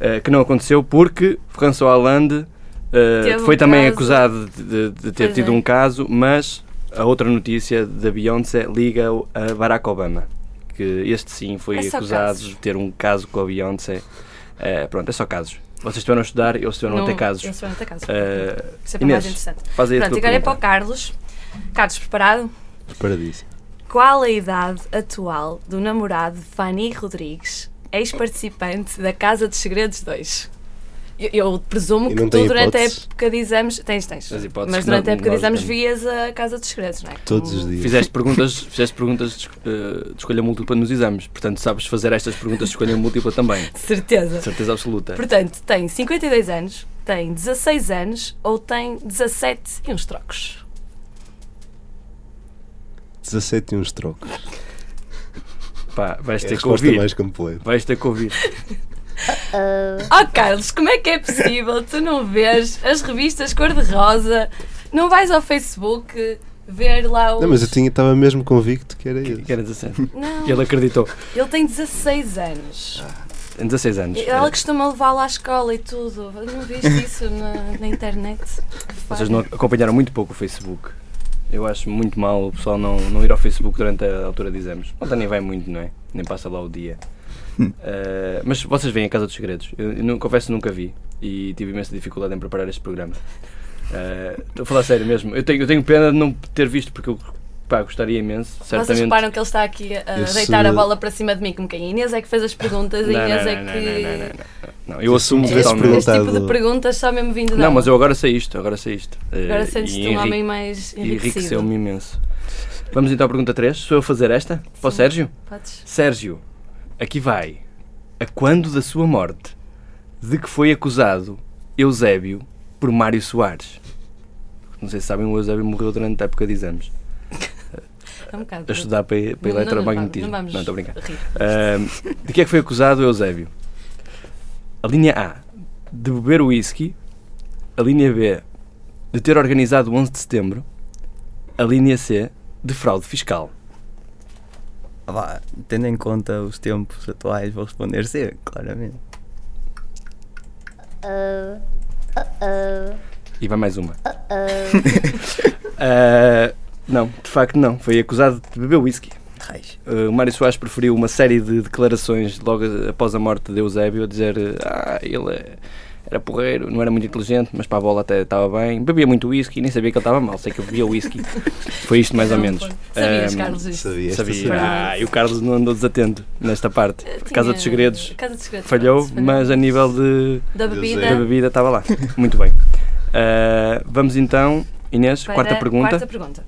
Speaker 5: eh, que não aconteceu porque François Hollande eh,
Speaker 4: Teve um
Speaker 5: foi também
Speaker 4: caso.
Speaker 5: acusado de, de- de ter
Speaker 4: Pois
Speaker 5: tido
Speaker 4: é.
Speaker 5: um caso, mas a outra notícia da Beyoncé liga a Barack Obama, que este sim foi
Speaker 4: É só
Speaker 5: acusado
Speaker 4: casos.
Speaker 5: de ter um caso com a Beyoncé. Eh, pronto, é só casos. Vocês estiveram a estudar, eles estiveram a ter Então, casos.
Speaker 4: Eles foram até casos.
Speaker 5: Eh,
Speaker 4: Sempre mais
Speaker 5: Inês,
Speaker 4: interessante.
Speaker 5: faz aí a
Speaker 4: Pronto,
Speaker 5: tua
Speaker 4: agora é
Speaker 5: pergunta.
Speaker 4: para o Carlos. Carlos, preparado?
Speaker 7: Paradíssimo.
Speaker 4: Qual a idade atual do namorado de Fanny Rodrigues, ex-participante da Casa dos Segredos 2? Eu, eu presumo
Speaker 7: E
Speaker 4: que
Speaker 7: não
Speaker 4: tu
Speaker 7: tem
Speaker 4: durante
Speaker 7: hipóteses?
Speaker 4: a época de exames. Tens, tens.
Speaker 5: As hipóteses
Speaker 4: Mas
Speaker 5: que
Speaker 4: durante
Speaker 5: não-
Speaker 4: a época de
Speaker 5: nós
Speaker 4: exames
Speaker 5: temos.
Speaker 4: vias a Casa dos Segredos, não é?
Speaker 7: Todos os
Speaker 4: Como-
Speaker 7: dias.
Speaker 5: Fizeste perguntas, fizeste perguntas de, esco- eh, de escolha múltipla nos exames, portanto sabes fazer estas perguntas de escolha múltipla também.
Speaker 4: De certeza.
Speaker 5: De certeza absoluta.
Speaker 4: Portanto, tem 52 anos, tem 16 anos ou tem 17 e uns trocos.
Speaker 7: 17 e uns trocos.
Speaker 5: Pá, vais
Speaker 7: É a
Speaker 5: ter que
Speaker 7: resposta
Speaker 5: ouvir.
Speaker 7: mais completa.
Speaker 5: Vais ter que ouvir.
Speaker 4: Oh Carlos, como é que é possível? Tu não vês as revistas cor-de-rosa, não vais ao Facebook ver lá o.
Speaker 7: Não, mas eu tinha- estava mesmo convicto que era isso.
Speaker 5: Que era 17.
Speaker 4: Não,
Speaker 5: E ele acreditou.
Speaker 4: ele tem 16 anos.
Speaker 7: Ah,
Speaker 5: Em 16 anos.
Speaker 4: Ela costuma levá-lo à escola e tudo. Não viste isso na, na internet?
Speaker 5: Vocês não acompanharam muito pouco o Facebook. Eu acho muito mal o pessoal não, não ir ao Facebook durante a altura de exames. Ontem nem vai muito, não é? Nem passa lá o dia. Eh, mas vocês veem a Casa dos Segredos. Eu, eu não, confesso que nunca vi e tive imensa dificuldade em preparar este programa. Eh, Estou a falar sério mesmo. Eu tenho, eu tenho pena de não ter visto porque eu pá, gostaria imenso.
Speaker 4: Vocês
Speaker 5: Certamente.
Speaker 4: reparam que ele está aqui a
Speaker 7: Esse-
Speaker 4: deitar a bola para cima de mim, como quem? A Inês é que fez as perguntas, a
Speaker 5: não, não,
Speaker 4: Inês
Speaker 5: não,
Speaker 4: é
Speaker 5: não,
Speaker 4: que.
Speaker 5: não, não, não, não. Não, Eu assumo
Speaker 7: me tivesse
Speaker 5: totalmente.
Speaker 4: Este tipo de
Speaker 7: perguntado-
Speaker 4: perguntas só mesmo vindo dela.
Speaker 5: Não, mas eu agora sei isto, agora sei isto. Eh,
Speaker 4: Agora
Speaker 5: e
Speaker 4: sentes-te um
Speaker 5: enrique-
Speaker 4: homem mais
Speaker 5: e
Speaker 4: enriquecido.
Speaker 5: enriqueceu-me imenso. Vamos então à pergunta 3. Sou eu a fazer esta? Para o
Speaker 4: Sim.
Speaker 5: Sérgio?
Speaker 4: Podes?
Speaker 5: Sérgio, aqui vai. A quando da sua morte, de que foi acusado Eusébio por Mário Soares? Não sei se sabem, o Eusébio morreu durante a época de exames,
Speaker 4: É um bocado.
Speaker 5: a estudar para, para
Speaker 4: Não, não, não
Speaker 5: eletromagnetismo.
Speaker 4: vamos-
Speaker 5: Não, estou a
Speaker 4: vamos
Speaker 5: brincar.
Speaker 4: rir.
Speaker 5: Ahm, de que é que foi acusado o Eusébio? A linha A, de beber whisky. A linha B, de ter organizado o 11 de setembro. A linha C, de fraude fiscal.
Speaker 6: Ah, vá, tendo em conta os tempos atuais, vou responder C, claramente.
Speaker 5: E vai mais uma. Ah, não, de facto não. Foi acusado de beber whisky.
Speaker 6: Raios.
Speaker 5: Uh, Mário Soares preferiu uma série de declarações logo a- após a morte de Eusébio a dizer uh, ah, ele é- era porreiro, não era muito inteligente, mas para a bola até estava bem, bebia muito whisky e nem sabia que ele estava mal, sei que eu bebia whisky. Foi isto mais ou
Speaker 4: Não
Speaker 5: menos.
Speaker 4: foi. Sabias,
Speaker 5: Um,
Speaker 4: Carlos, isto?
Speaker 7: Sabia, esta
Speaker 5: Sabia.
Speaker 7: sabia.
Speaker 5: Ah, e o Carlos não andou desatento nesta parte.
Speaker 4: Tinha-
Speaker 5: Casa dos Segredos
Speaker 4: Casa dos Segredos.
Speaker 5: falhou, é-
Speaker 4: pronto,
Speaker 5: mas a nível de,
Speaker 4: Da
Speaker 7: Deus
Speaker 4: bebida.
Speaker 5: da bebida estava lá. Muito bem. Ah, vamos então, Inês,
Speaker 4: Para
Speaker 5: quarta
Speaker 4: a
Speaker 5: pergunta.
Speaker 4: Quarta pergunta.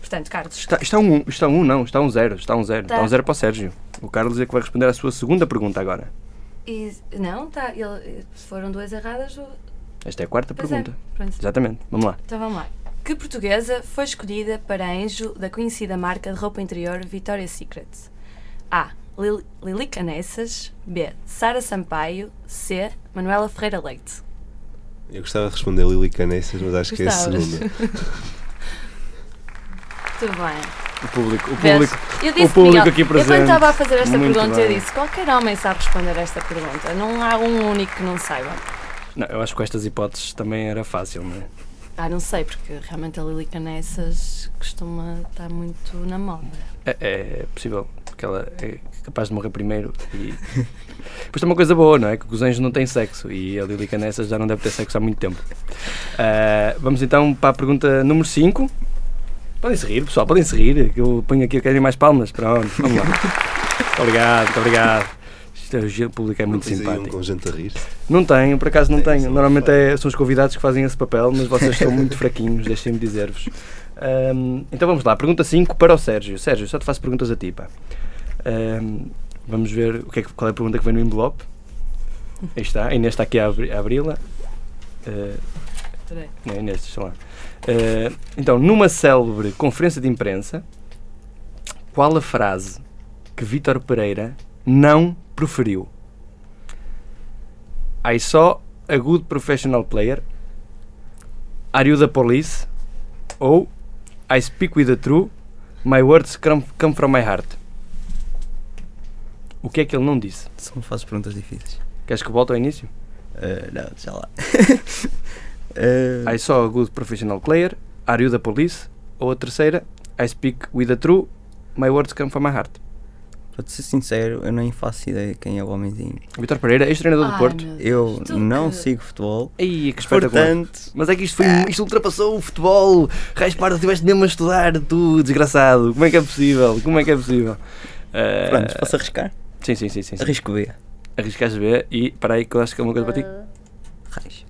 Speaker 4: Portanto, Carlos,
Speaker 5: Está, está um, está um, não, está um zero, está um zero.
Speaker 4: Tá.
Speaker 5: Está um zero para o Sérgio. O Carlos é que vai responder à sua segunda pergunta agora.
Speaker 4: e- não, tá, ele- foram duas erradas. o-
Speaker 5: Esta é a quarta
Speaker 4: Pois é,
Speaker 5: pergunta.
Speaker 4: pronto.
Speaker 5: Exatamente, vamos lá.
Speaker 4: Então vamos lá. Que portuguesa foi escolhida para anjo da conhecida marca de roupa interior Victoria's Secret? A. Lil- Lili Canessas B. Sara Sampaio C. Manuela Ferreira Leite
Speaker 7: Eu gostava de responder Lili Canessas, mas acho que é a
Speaker 4: Gostavas?
Speaker 7: segunda.
Speaker 4: Muito bem.
Speaker 5: O público, o
Speaker 4: Vês?
Speaker 5: público.
Speaker 4: eu disse,
Speaker 5: o público
Speaker 4: Miguel,
Speaker 5: aqui
Speaker 4: Eu quando
Speaker 5: presente.
Speaker 4: estava a fazer esta
Speaker 5: Muito
Speaker 4: pergunta, eu
Speaker 5: bem.
Speaker 4: disse: qualquer homem sabe responder esta pergunta. Não há um único que não saiba.
Speaker 5: Não, eu acho que com estas hipóteses também era fácil, não é?
Speaker 4: Ah, não sei, porque realmente a Lili Canessas costuma estar muito na moda.
Speaker 5: É, é possível que ela é capaz de morrer primeiro. E... Depois tem uma coisa boa, não é? Que os anjos não têm sexo e a Lili Canessas já não deve ter sexo há muito tempo. Ah, vamos então para a pergunta número 5. Podem-se rir, pessoal, podem-se rir. que Eu ponho aqui, eu quero mais palmas. Pronto, vamos lá. Muito obrigado, muito obrigado. Isto é, o giro público é
Speaker 7: Não
Speaker 5: muito
Speaker 7: tens aí um
Speaker 5: simpático.
Speaker 7: com gente a rir.
Speaker 5: Não tenho, por acaso não
Speaker 7: Tem,
Speaker 5: tenho.
Speaker 7: são
Speaker 5: Normalmente
Speaker 7: fora.
Speaker 5: é- são os convidados que fazem esse papel, mas vocês são muito fraquinhos, deixem-me dizer-vos. Ahm, então vamos lá, pergunta 5 para o Sérgio. Sérgio, só te faço perguntas a ti, pá. Ahm, vamos ver o que é que- qual é a pergunta que vem no envelope. Aí está, a Inês está aqui a, abri a abri-la. Ah,
Speaker 4: Peraí.
Speaker 5: não, Inês, deixa né, lá. Ah, então, numa célebre conferência de imprensa, qual a frase que Vítor Pereira não proferiu? I saw a good professional player. Are you the police? Ou I speak with the true. My words come, come from my heart. O que é que ele não disse?
Speaker 6: Só me fazes perguntas difíceis.
Speaker 5: Queres que volte ao início?
Speaker 6: Eh, não, deixa lá. Eh,
Speaker 5: I saw a good professional player. Are you the police? Ou a terceira, I speak with the true. My words come from my heart.
Speaker 6: para ser sincero, eu nem faço ideia quem é o homenzinho.
Speaker 5: Vitor Pereira, ex-treinador do
Speaker 4: Ai,
Speaker 5: Porto.
Speaker 4: meu Deus,
Speaker 6: Eu
Speaker 4: tu
Speaker 6: não
Speaker 4: que-
Speaker 6: sigo futebol.
Speaker 5: Ei, que espetacular.
Speaker 6: Portanto,
Speaker 5: Mas é que isto, foi, isto ultrapassou o futebol. Raiz Parda, estiveste mesmo a estudar, tu desgraçado. Como é que é possível? Como é que é possível? Eh,
Speaker 6: pronto, posso arriscar?
Speaker 5: sim, sim, sim. sim, sim.
Speaker 6: Arrisco B.
Speaker 5: Arriscas B e. Para aí, que eu acho que é uma coisa para ti.
Speaker 6: Ah. Raios.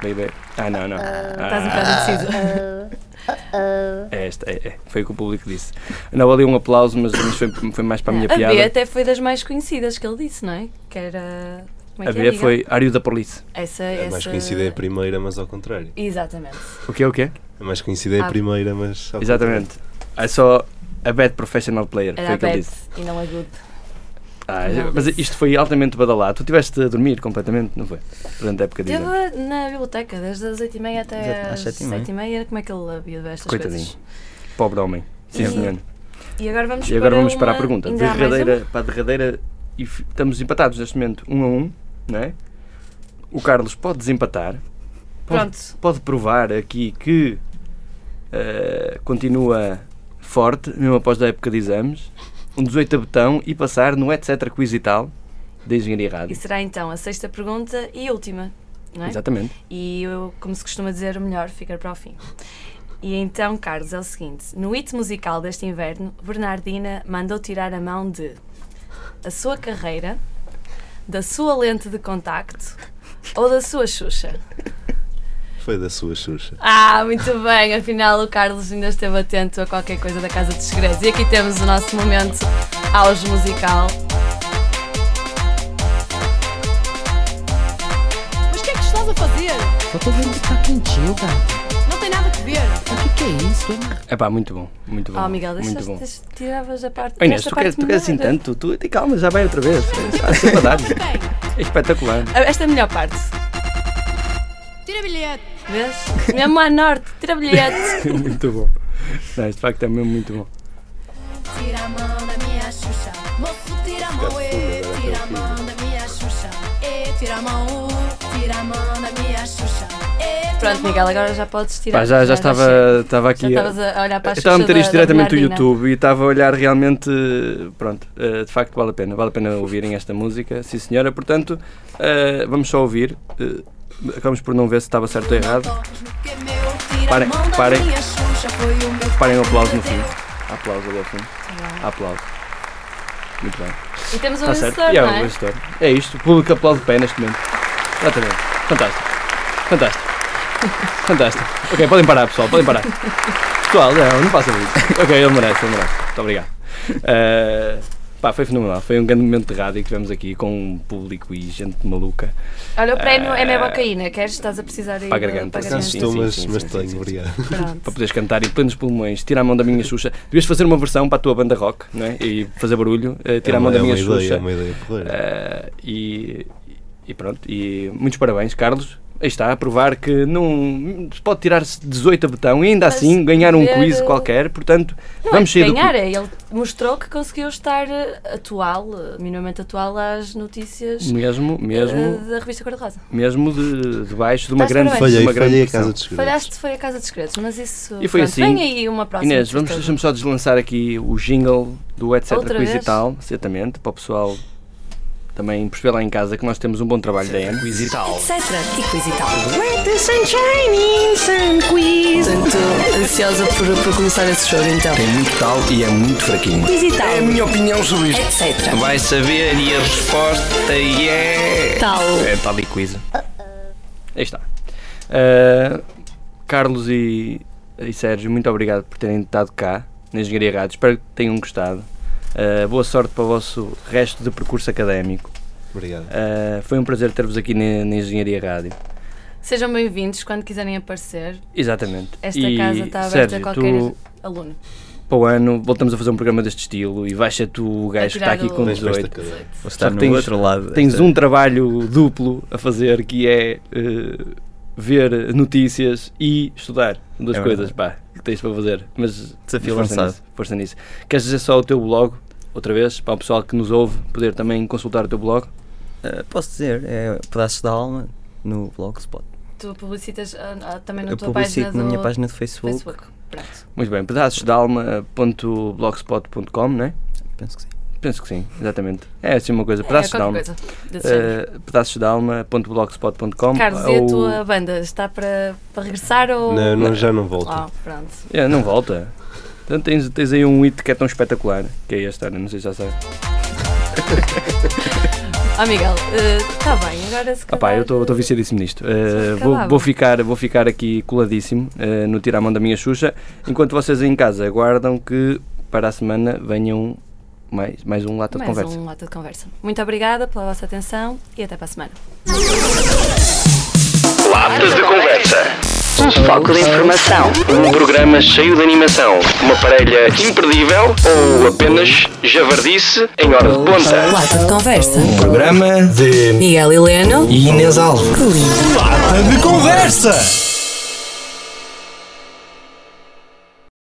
Speaker 5: Bem, bem. Ah, não, não.
Speaker 4: Estás um
Speaker 5: Ah,
Speaker 4: bocado indeciso.
Speaker 5: é esta, é, é. Foi o que o público disse. Não, ali um aplauso, mas, mas foi, foi mais para a minha
Speaker 4: É. A
Speaker 5: piada.
Speaker 4: B até foi das mais conhecidas que ele disse, não é? Que era. Como é
Speaker 5: a
Speaker 4: que é,
Speaker 5: B
Speaker 4: Miguel?
Speaker 5: foi Are You da Police.
Speaker 4: Essa,
Speaker 7: A
Speaker 4: essa...
Speaker 7: mais conhecida é a primeira, mas ao contrário.
Speaker 4: Exatamente.
Speaker 5: O que é o quê?
Speaker 7: A mais conhecida é a
Speaker 4: Ah.
Speaker 7: primeira, mas. Ao
Speaker 5: Exatamente. I saw a bad professional player.
Speaker 4: Era
Speaker 5: foi
Speaker 4: a
Speaker 5: o que ele
Speaker 4: Beth
Speaker 5: disse.
Speaker 4: e não a Good.
Speaker 5: Ah,
Speaker 4: Não.
Speaker 5: mas isto foi altamente badalado. Tu estiveste a dormir completamente, não foi? Durante a época de exame.
Speaker 4: Esteve na biblioteca desde as 8h30 até
Speaker 6: Às
Speaker 4: às
Speaker 6: sete e meia.
Speaker 4: 7h30. Como é que ele havia de ver estas
Speaker 5: Coitadinho.
Speaker 4: coisas?
Speaker 5: Pobre homem. Sim,
Speaker 4: E-
Speaker 5: senhor.
Speaker 4: E agora vamos,
Speaker 5: E agora
Speaker 4: para,
Speaker 5: vamos para a
Speaker 4: uma-
Speaker 5: pergunta.
Speaker 4: ainda há mais
Speaker 5: Derradeira, para a derradeira, e f- estamos empatados neste momento, um a um, não é? O Carlos pode desempatar,
Speaker 4: uma?
Speaker 5: Pode.
Speaker 4: Pronto.
Speaker 5: pode provar aqui que eh, continua forte, mesmo após a época de exames, um 18 a betão e passar no etc. quiz e tal da Engenharia
Speaker 4: E
Speaker 5: Rádio.
Speaker 4: será então a sexta pergunta e última, não é?
Speaker 5: Exatamente.
Speaker 4: E eu, como se costuma dizer, o melhor fica para o fim. E então, Carlos, é o seguinte: no hit musical deste inverno, Bernardina mandou tirar a mão de a sua carreira, da sua lente de contacto ou da sua Xuxa.
Speaker 7: contrário. Foi da sua Xuxa.
Speaker 4: Ah, muito bem, afinal o Carlos ainda esteve atento a qualquer coisa da Casa dos Segredos. E aqui temos o nosso momento auge musical.
Speaker 10: Mas o que é que tu estás a fazer?
Speaker 1: Só tô vendo que tá quentinho, cara.
Speaker 10: Não tem nada a ver.
Speaker 1: O que que é isso? Tu é maluco?
Speaker 5: É pá, muito bom, muito bom.
Speaker 4: Oh, Miguel,
Speaker 5: muito bom.
Speaker 4: deixaste, tiravas a parte.
Speaker 5: Oh, Inês,
Speaker 4: esta
Speaker 5: tu queres, tu
Speaker 4: parte
Speaker 5: queres assim
Speaker 4: melhor.
Speaker 5: tanto? Tu, te calma, já vai outra vez. Ah, sempre a dar. É espetacular.
Speaker 4: Ah, Esta é a melhor parte.
Speaker 10: Tira bilhete.
Speaker 4: Vês? Mesmo à norte, tira bilhete.
Speaker 5: muito bom. Não, isto de facto é mesmo muito bom.
Speaker 10: Tira a mão da minha Xuxa. Moço, tira a mão, ê. Tira a mão da minha Xuxa. Ê, tira a mão, ú. Tira a mão da minha Xuxa. Ê, tira a
Speaker 4: Pronto,
Speaker 10: mão,
Speaker 4: Miguel, agora já podes tirar.
Speaker 5: Pá, já, já
Speaker 4: chega.
Speaker 5: estava, estava
Speaker 4: Já
Speaker 5: aqui.
Speaker 4: estavas a olhar para
Speaker 5: eu
Speaker 4: a
Speaker 5: estava a meter
Speaker 4: Xuxa
Speaker 5: isto
Speaker 4: da- da
Speaker 5: diretamente no
Speaker 4: Bernardina.
Speaker 5: YouTube e estava a olhar realmente. Pronto, eh, de facto vale a pena. Vale a pena ouvirem esta música, sim senhora. Portanto, eh, vamos só ouvir. eh, Acabamos por não ver se estava certo ou errado.
Speaker 10: toques no que é meu. Tira a
Speaker 5: Parem,
Speaker 10: mão da
Speaker 5: parem.
Speaker 10: minha Xuxa. Foi o meu
Speaker 5: Parem o
Speaker 10: pai que
Speaker 5: aplauso
Speaker 10: me
Speaker 5: no fim.
Speaker 10: deu.
Speaker 5: Aplauso ali ao fim. Aplauso. Muito bem.
Speaker 4: E temos um
Speaker 5: Está certo.
Speaker 4: vencedor,
Speaker 5: E é
Speaker 4: não
Speaker 5: o
Speaker 4: é?
Speaker 5: vencedor. É isto. O público aplaude de pé neste momento. Exatamente. Fantástico. Fantástico. Fantástico. Ok, podem parar, pessoal, podem parar. Pessoal, não, não façam isso. Ok, ele merece, ele merece. Muito obrigado. Eh, pá, foi fenomenal. Foi um grande momento de rádio que tivemos aqui com um público e gente maluca.
Speaker 4: Olha, o prémio é
Speaker 5: Eh,
Speaker 4: mebacaína. Queres? Estás a precisar aí
Speaker 5: Para a
Speaker 4: de-
Speaker 5: garganta.
Speaker 4: para a
Speaker 7: Não
Speaker 5: Sim,
Speaker 7: estou,
Speaker 5: sim,
Speaker 7: mas,
Speaker 5: sim,
Speaker 7: mas
Speaker 5: sim,
Speaker 7: tenho,
Speaker 5: sim, sim.
Speaker 7: obrigado. É
Speaker 4: Pronto.
Speaker 5: para poderes cantar e plenos pulmões, tira a mão da minha Xuxa. Devias fazer uma versão para a tua banda rock não é? e fazer barulho, eh, tira
Speaker 7: É
Speaker 5: a mão da
Speaker 7: uma- é
Speaker 5: minha
Speaker 7: uma Ideia,
Speaker 5: Xuxa.
Speaker 7: é uma ideia porreira.
Speaker 5: Eh, e, e pronto, e muitos parabéns, Carlos. Aí está, a provar que não se pode tirar-se 18 a betão e ainda
Speaker 4: Mas
Speaker 5: assim ganhar um
Speaker 4: ver,
Speaker 5: quiz
Speaker 4: eh,
Speaker 5: qualquer. Portanto,
Speaker 4: Não
Speaker 5: vamos
Speaker 4: é
Speaker 5: sair
Speaker 4: de
Speaker 5: do
Speaker 4: ganhar,
Speaker 5: quiz.
Speaker 4: é. Ele mostrou que conseguiu estar eh, atual, eh, minimamente atual, às notícias
Speaker 5: Mesmo, mesmo,
Speaker 4: é eh, da revista Cor-de-Rosa.
Speaker 5: mesmo de, debaixo de uma
Speaker 4: Estás de
Speaker 5: grande,
Speaker 4: parabéns.
Speaker 5: de
Speaker 7: Falhei,
Speaker 5: uma grande
Speaker 7: falhei a
Speaker 5: pressão.
Speaker 7: casa de segredos.
Speaker 4: Falhaste, foi a Casa dos Segredos, mas isso.
Speaker 5: E foi
Speaker 4: pronto,
Speaker 5: assim.
Speaker 4: Vem aí uma próxima.
Speaker 5: Inês, vamos,
Speaker 4: certeza.
Speaker 5: deixa-me só deslançar aqui o jingle do etc.
Speaker 4: Outra
Speaker 5: Quiz e
Speaker 4: vez?
Speaker 5: tal, certamente, para o pessoal também perceber lá em casa que nós temos um bom trabalho da AM.
Speaker 9: Quiz e tal.
Speaker 10: Etc. E coisa e tal.
Speaker 1: Let the sunshine in, sun quiz.
Speaker 4: Estou ansiosa por, por começar esse choro então.
Speaker 3: Tem muito tal e é muito fraquinho.
Speaker 10: Coisa e
Speaker 3: É a
Speaker 10: tal.
Speaker 3: minha opinião sobre isto.
Speaker 10: Etc.
Speaker 2: Vai saber e a resposta é.
Speaker 4: Tá.
Speaker 10: Tal.
Speaker 5: É tal e quiz. Aí está. Ah, Carlos e, e Sérgio, muito obrigado por terem estado cá na Engenharia Rádio. Espero que tenham gostado. Ah, boa sorte para o vosso resto de percurso académico.
Speaker 7: Obrigado.
Speaker 5: Ah, foi um prazer ter-vos aqui na, na Engenharia Rádio.
Speaker 4: Sejam bem-vindos quando quiserem aparecer.
Speaker 5: Exatamente.
Speaker 4: Esta
Speaker 5: E,
Speaker 4: casa está aberta
Speaker 5: Sérgio,
Speaker 4: a qualquer
Speaker 5: tu-
Speaker 4: aluno.
Speaker 5: para o ano voltamos a fazer um programa deste estilo e vais ser tu o gajo que está
Speaker 4: tirar
Speaker 5: aqui
Speaker 4: o-
Speaker 5: com
Speaker 7: Mas para esta
Speaker 5: 18.
Speaker 7: cadeira.
Speaker 6: Vou estar
Speaker 5: que
Speaker 6: no
Speaker 5: tens-
Speaker 6: outro lado.
Speaker 5: Tens
Speaker 6: desta-
Speaker 5: um trabalho duplo a fazer que é eh, ver notícias e estudar. São Duas
Speaker 6: É
Speaker 5: coisas, pá, que tens para fazer. Mas mas força
Speaker 6: Desafio lançado.
Speaker 5: nisso, força nisso. Queres dizer só o teu blog, outra vez, para o pessoal que nos ouve poder também consultar o teu blog?
Speaker 6: Eh, posso dizer, é Pedaços da Alma no Blogspot.
Speaker 4: Tu publicitas ah, ah, também na
Speaker 6: Eu
Speaker 4: tua página
Speaker 6: publicito
Speaker 4: do
Speaker 6: na minha página de Facebook.
Speaker 4: Facebook. Pronto.
Speaker 5: Muito bem, pedaçosdalma.blogspot.com, não é?
Speaker 6: Penso que sim.
Speaker 5: Penso que sim, exatamente. É assim uma coisa,
Speaker 4: É,
Speaker 5: pedaços de
Speaker 4: qualquer
Speaker 5: alma.
Speaker 4: coisa. desse género.
Speaker 5: Eh, então, é pedaçosdalma.blogspot.com
Speaker 4: Carlos, e a
Speaker 5: ou-
Speaker 4: tua banda? Está para, para regressar ou.
Speaker 7: Não, não, já não volto.
Speaker 4: Ah, pronto.
Speaker 5: É, não volta. Então tens, tens aí um hit que é tão espetacular, que é este, olha, não sei se já sabe.
Speaker 4: Ah, Miguel, está bem, agora se
Speaker 5: Ah pá, eu estou viciadíssimo nisto. Eh,
Speaker 4: Sim,
Speaker 5: vou,
Speaker 4: calava.
Speaker 5: vou ficar, vou ficar aqui coladíssimo eh, no tirar a mão da minha Xuxa, enquanto vocês em casa aguardam que para a semana venham mais, mais um Lata
Speaker 4: Mais
Speaker 5: de Conversa.
Speaker 4: um lata de conversa. Muito obrigada pela vossa atenção e até para a semana.
Speaker 2: Lata de conversa. Um foco de informação. Um programa cheio de animação. Uma parelha imperdível ou apenas javardice em hora de ponta.
Speaker 10: Lata de conversa.
Speaker 7: Um
Speaker 3: Programa de
Speaker 10: Miguel e Heleno.
Speaker 3: Inês Alves.
Speaker 10: Que lindo.
Speaker 3: De conversa.